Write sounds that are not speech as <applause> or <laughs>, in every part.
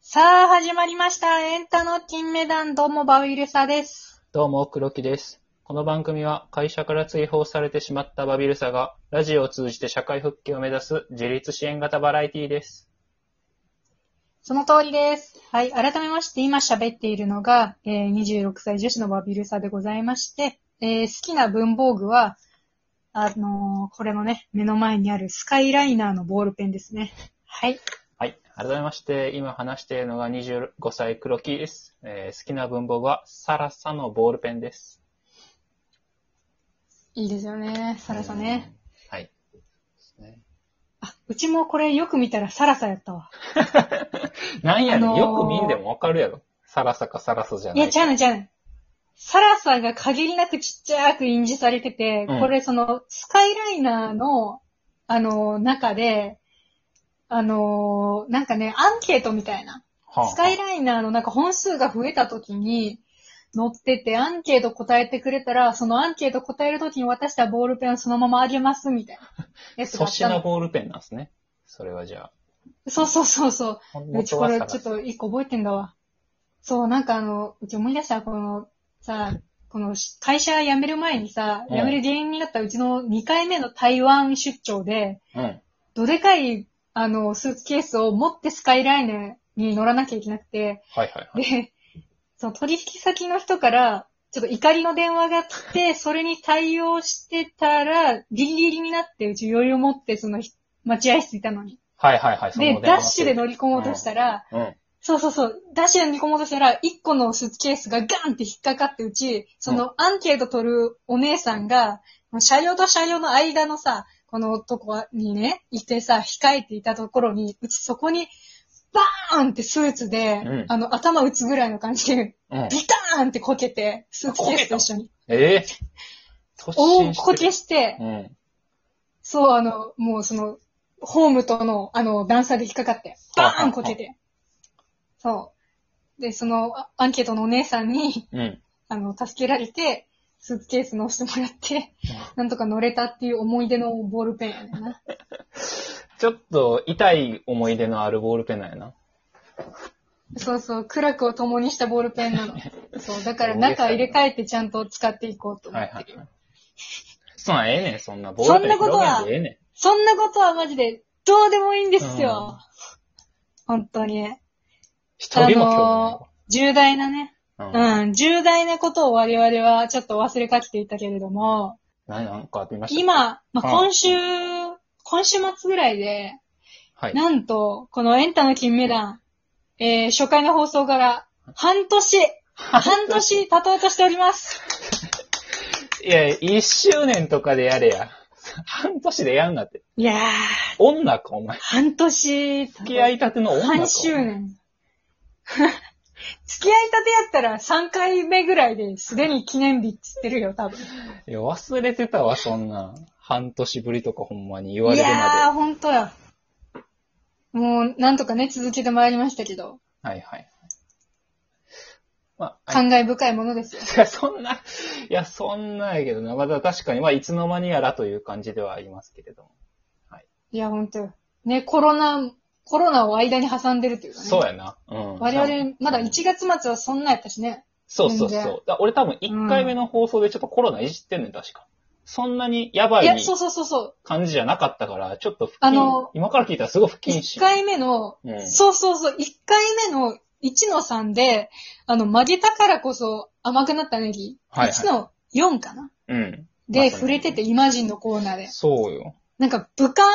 さあ、始まりました。エンタの金メダン、どうも、バウイルサです。どうも、黒木です。この番組は会社から追放されてしまったバビルサが、ラジオを通じて社会復帰を目指す自立支援型バラエティです。その通りです。はい、改めまして、今喋っているのが、えー26歳女子のバビルサでございまして、えー好きな文房具は、あのーこれのね、目の前にあるスカイライナーのボールペンですね。はい。はい。改めまして、今話しているのが25歳黒木です。えー好きな文房具は、サラサのボールペンです。いいですよね、サラサね。うん。はい。ですねあ、うちもこれよく見たらサラサやったわ。なんやねん、あのーよく見んでもわかるやろ。サラサかサラサじゃいない。や、ちゃうのちゃうの。サラサが限りなくちっちゃく印字されてて、うんこれその、スカイライナーの、あの、中で、あの、なんかね、アンケートみたいな。はあスカイライナーのなんか本数が増えた時に、載ってて、アンケート答えてくれたら、そのアンケート答える時に渡したボールペンをそのままあげます、みたいな。や <laughs> つがあ粗った品のボールペンなんですね。それはじゃそうそうそうそう。あ。うちこれちょっサと一個覚えてんだわ。そう、なんかあの、うち思い出した、この、さ、このし会社辞める前にさ、うん辞める原因になったうちの2回目の台湾出張で、ラうん。どでかい、あの、スーツケースを持ってスカイライナーに乗らなきゃいけなくて、はいはいはい。で、その取引先の人から、ちょっと怒りの電話が来て、それに対応してたら、ギリギリになって、うち余裕を持って、その、ひ待合室いたのに。はいはいはい。そので、お電話ダッシュで乗り込もうとしたら、うん。そうそうそう。ダッシュで煮込もうとしたら、一個のスーツケースがガンって引っかかってうち、そのアンケート取るお姉さんが、車両と車両の間のさ、このとこにね、いてさ、控えていたところに、うちそこに、バーンってスーツで、うんあの、頭打つぐらいの感じで、うん。ビターンってこけて、スーツケースと一緒に。ええ突大進こしてける。して、うん。そう、あの、もうその、ホームとの、あの、段差で引っかかって、バーンこけて。そう。で、その、あアンケートのお姉さんに、 <laughs> うん。あの、助けられて、スーツケース乗してもらって、なんとか乗れたっていう思い出のボールペンやねんな。ちょっと痛い思い出のあるボールペンなんやな。そうそう、苦楽を共にしたボールペンなの。そう、だから中入れ替えてちゃんと使っていこうと思はっいはてるいよ。はい。そんなんええねん、そんな。ボールペそんンなこと広はげんでええねそんなことはマジで、どうでもいいんですよ。本当に。ん。一人も興重大なね、味ないわ。うん。うん、重大なことを我々はちょっと忘れかけていたけれども、ななんか見ました。今、まあ、うん今週、今週末ぐらいで、はい。なんと、このエンタの金メダン、えー、初回の放送から、半年、半年経とうとしております。いや、一周年とかでやれや。半年でやんなって。いやー、女か、お前。半年、付き合いたての女か。半周。年。付き合いたてやったら3回目ぐらいですでに記念日って言ってるよ、多分。いや、忘れてたわ、そんなん。半年ぶりとかほんまに言われるいやまー、ほんとや。もう、なんとかね、続けてまいりましたけど、で。はいはい。まあ、感慨深いものですよ。いや、 <laughs> そんな、いや、そんなんやけどな。まだ確かに、まあ、いつの間にやらという感じではありますけれども。いや、ほんとよ。ね、コロナ、コロナを間に挟んでるというかね。そうやな。うん。我々、まだ1月末はそんなやったしね。そうそう全然そう。だ俺多分1回目の放送でちょっとコロナいじってんねん、確か。そんなにやばいいや、そうそうそうそう。感じじゃなかったから、ちょっと不あ謹の今から聞いたらすごい不謹1慎。回目の、うんそうそうそう、1回目の1の3で、あの、曲げたからこそ甘くなったネギ。はいはい1の4かな。うん。で、まさに触れててイマジンのコーナーで。そうよ。なんか、武漢、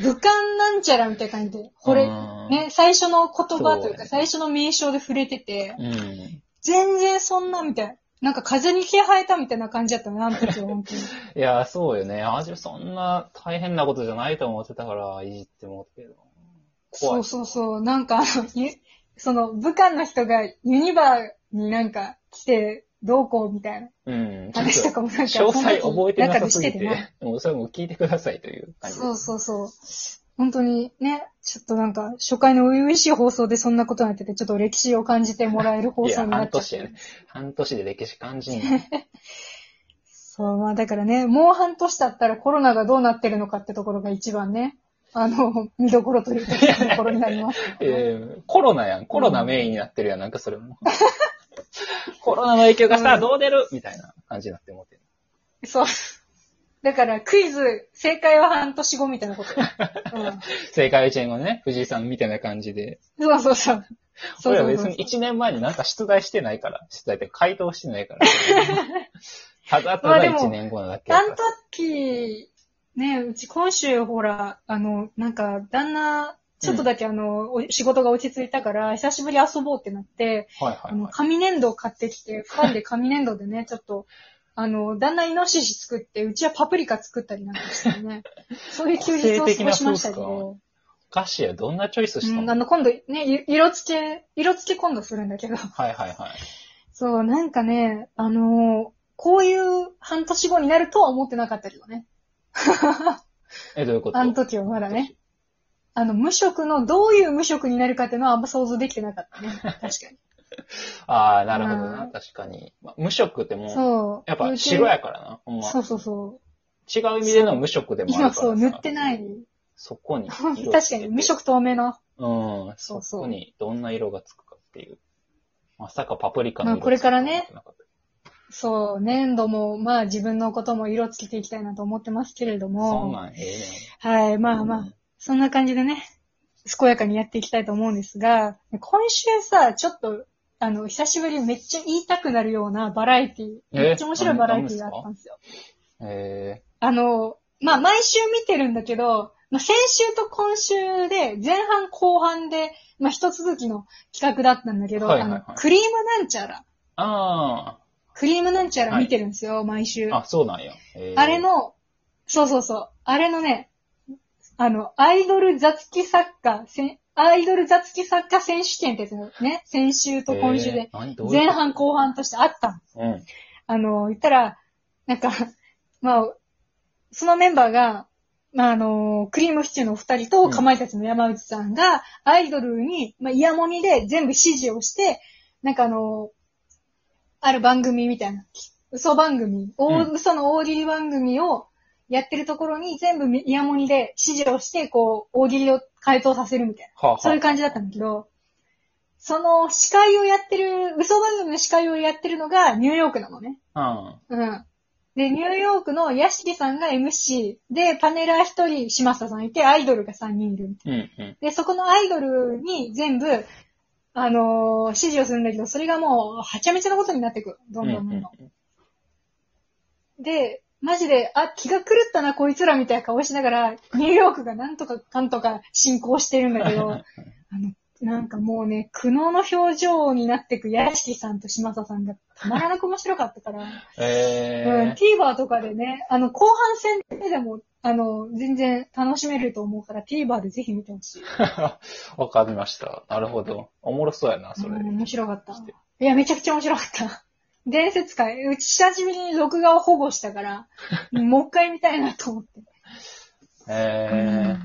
武漢なんちゃらみたいな感じで。これ、うんね、最初の言葉というそうか、ね最初の名称で触れてて、うん。全然そんなみたいな。なんか風に毛生えたみたいな感じだったな、あの時は本当に。いや、そうよね。あじそんな大変なことじゃないと思ってたから、いじってもうたけど。 <laughs> 怖そ。いうそうそう。なんか、あのゆその、武漢の人がユニバーになんか来て、どうこうみたいなうん。ちょっ話とかもなんか、詳細覚えてなさすぎ、中でしてもうそれも聞いてくださいというな感じそうです。そうそう。本当にね、ちょっとなんか、初回の初々しい放送でそんなことになってて、ちょっと歴史を感じてもらえる放い送や、になっ半ちゃっ年やてね。。半年で歴史 <laughs> 感じんの。そう、まあだからね、もう半年経ったらコロナがどうなってるのかってところが一番ね、あの、 <laughs> 見どころというか、見どころになります。えーコロナやん。コロナメインになってるやん、なんかそ <laughs> れも。コロナの影響がさ、うんどう出るみたいな感じになって思ってる。 <laughs> そう。だから、クイズ、正解は半年後みたいなこと。 <laughs> うん。正解は1年後ね、藤井さんみたいな感じで。そうそうそう。そう俺そらう別そうに1年前になんか出題してないから、出題って回答し <laughs> てないから。ただたまあだでも1年後なだけだあからの時、ね、うち今週ほら、あの、なんか、旦那、ちょっとだけあの、お仕事が落ち着いたから、久しぶり遊ぼうってなって、はいあはいの、はい。紙粘土を買ってきて、二人で紙粘土で <laughs> ね、ちょっと、あの、旦那イノシシ作って、うちはパプリカ作ったりなんかして <laughs> ね、そういう休日を過ごしましたけ個性的な夫婦ど、お菓子やどんなチョイスしたうの、ん、あの、今度ね、い色付け、色付け今度するんだけど、 <laughs> はいはいはい。そう、なんかね、あのこういう半年後になるとは思ってなかったけどね。え、どういうことあの時はまだね。あの、無職の、どういう無職になるかっていうのはあんま想像できてなかったね。 <laughs> 確かああ、なるほどうな。ん確かに。まあ無職でに。も、そう。やっぱ有給白やからな。ほんま。そうそうそ違う意味での無職でう。もあるから今さ。そう、塗ってない。そこに色をつ <laughs> け確て。かに、無色透明な。うん、そそうそうこにどんな色がつくかっていう。まさかパプリカのまあこれからね色つくとは思ってなかっそう、粘土も、まあ自分のことも色つけていきたいなと思ってますけれどた。そんも。なんええねん。はい、まあまあ、そんな感じでね、健やかにやっていきたいと思うんですが、今週さ、ちょっと、あの、久しぶりにめっちゃ言いたくなるようなバラエティえめっちゃ面白いバラエティがあったんですよ。えあの、まあ、毎週見てるんだけど、まあ、先週と今週で、前半後半で、まあ、一続きの企画だったんだけど、はいはいはいあの、クリームなんちゃら、ー、あクリームなんちゃら見てるんですよ、毎週。あ、あ、そうなんや。えーあれ、の、そうそうそう、あれのね、あの、アイドル座付き作家、せんアイドル座付き作家選手権ってやつのね、先週と今週で、えー何どういう前半後半としてあったの。うん。あの、言ったら、なんか、 <laughs> まあ、そのメンバーが、まあ、あの、クリームシチューのお二人と、うんかまいたちの山内さんが、アイドルに、まあ、イヤモニで全部指示をして、なんかあの、ある番組みたいな、嘘番組、大う嘘の大喜利番組をやってるところに全部イヤモニで指示をして、こう、大喜利を回答させるみたいな。はあ、はあ、そういう感じだったんだけど、その司会をやってる、嘘番組の司会をやってるのがニューヨークなのね。うん。うん。で、ニューヨークの屋敷さんが MC、で、パネラー1人、島下さんいて、アイドルが3人いる。うん、うん。で、そこのアイドルに全部、あのー指示をするんだけど、それがもう、はちゃめちゃなことになってく。どんどんどんどん。で、マジで、あ、気が狂ったな、こいつらみたいな顔しながら、ニューヨークがなんとかかんとか進行してるんだけ <laughs> ど、あの、なんかもうね、苦悩の表情になってく屋敷さんと島佐さんがたまらなく面白かったから、えうん、ー、 TVer とかでね、あの、後半戦でも、あの、全然楽しめると思うから TVer でぜひ見てほしい。 <laughs> わかりました。なるほど。おもろそうやな、それ。うん面白かった。していや、めちゃくちゃ面白かった。 <laughs> 伝説会。うち久しぶりに録画を保護したから、もう一回見たいなと思って。え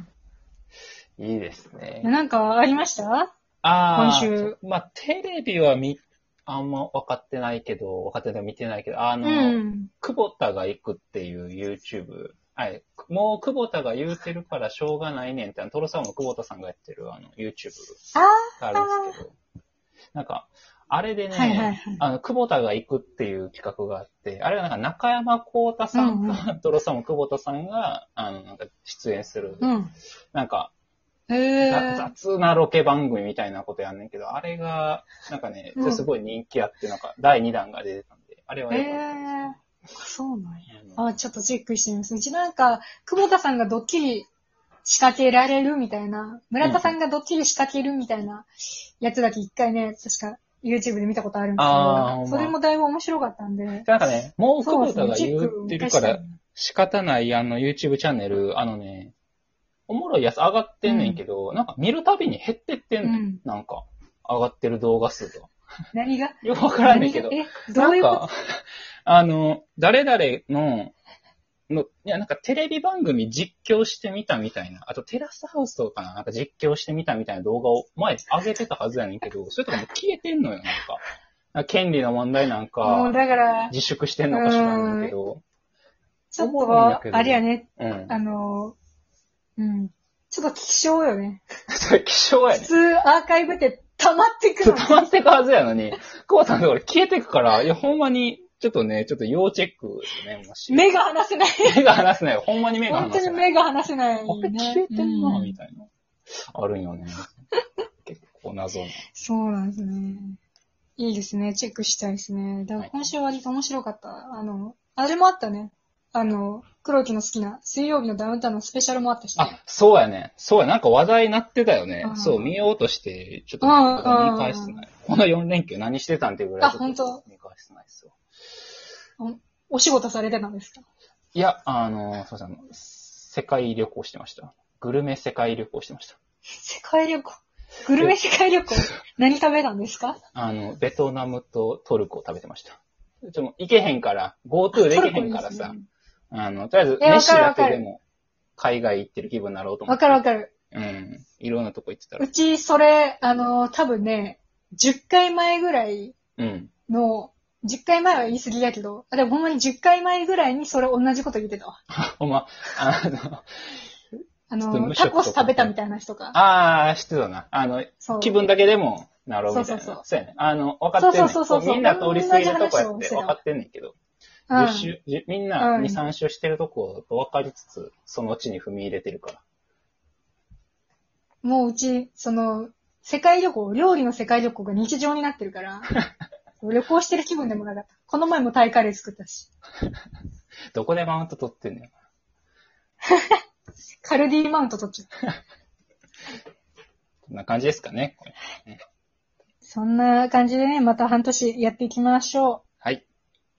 ー、いいですね。なんかありましたあ今あ、週まあ、テレビはみ、あんま分かってないけど、分かってた見てないけど、あうの、ん。久保田が行くっていう YouTube。はい。もう久保田が言うてるからしょうがないねんって、あのトロサーモン久保田さんがやってるあの YouTube あがあるんですけど。なんか、あれでね、はいはいはいあの、久保田が行くっていう企画があって、あれはなんか中山幸太さんと、トロサーモン久保田さんが、あの、なんか出演する、ーうん。なんか、へざえ。雑なロケ番組みたいなことやんねんけど、あれが、なんかね、すごい人気あって、なんか第2弾が出てたんで、あれはへ良かったえ。そうなんや。ですね。あ、ちょっとチェックしてみます。うちなんか、久保田さんがドッキリ仕掛けられるみたいな、村田さんがドッキリ仕掛けるみたいなやつだけ一回ね、確か YouTube で見たことあるんですあーほんまけど、それもだいぶ面白かったんで。なんかね、もう久そう保です田ねが言ってるから、仕方ないあの YouTube チャンネル、あのね、おもろいやつ上がってんねんけど、なんか見るたびに減ってってんうねん。ん。なんか、上がってる動画数が。何がよくわからんねんけど。何がえ、どういうなこんとか、 <laughs> あの、誰々の、の、いや、なんかテレビ番組実況してみたみたいな、あとテラスハウスとかな、なんか実況してみたみたいな動画を前上げてたはずやねんけど、それとかもう消えてんのよ、なんか。なんか権利の問題なんもかう、だから、自粛してんのか知らんねんけど。ちょっおもろいんだけと、どあれやね、うん。あの、うん。ちょっと希少よね。それ、希少や普ねん。通アーカイブって溜まってくちょるっと溜まってくはずやのに、コウさんのところ消えてくから、いや、ほんまに、ちょっとね、ちょっと要チェックですね、もし。目が離せない。目が離せない。ほんまに目が本離当せにない。目が離せない、ね。あれ消えてんな、うみたいな。あるん <laughs> よね。結構謎な。そうなんですね。いいですね。チェックしたいですね。だかはらい今週は割と面白かった。あの、あれもあったね。あの、黒木の好きな水曜日のダウンタウンのスペシャルもあったし、ねあ。、そうやね。そうや。なんか話題になってたよねう。んそう、見ようとして、ちょっとうんうん見返してない。この4連休何してたんっていうぐらい、あ本当見返してないですよ。お仕事されてたんですかいや、あの、そうそう世界旅行してました。グルメ世界旅行してました。世界旅行。グルメ世界旅行。何食べたんですかあの、ベトナムとトルコを食べてました。ちょ、もう行けへんから、GoTo できへんかトルコいい、らさですねあの、とりあえず、え飯だわかるわかけるでも、海外行ってる気分になろうと思わって。かるわかる。うん。いろんなとこ行ってたらう。ち、それ、あの、多分ね、10回前ぐらいうん。の、10回前は言い過ぎだけど、あ、でもほんまに10回前ぐらいにそれ同じこと言ってたわ。ほんま、あの、あちょっとの、無職タとコかス食べたみたいな人が。あー、知ってたな。あの、そう。気分だけでも、なろうみたいな。そうそうそうやね。あの、分かってんねんそうそうそうそうこみんな通り過ぎるとこや同っ、じ話をしててた分かってんねんけど。うん10周じみんうな2、ん3周してるとこを分かりつつ、その地に踏み入れてるから。もううち、その、世界旅行、料理の世界旅行が日常になってる <laughs> から、旅行してる気分でもなかった。この前もタイカレー作ったし、どこでマウント取ってんねん。カルディマウント取っちゃった。こんな感じですかね。これそんな感じでね、また半年やっていきましょう。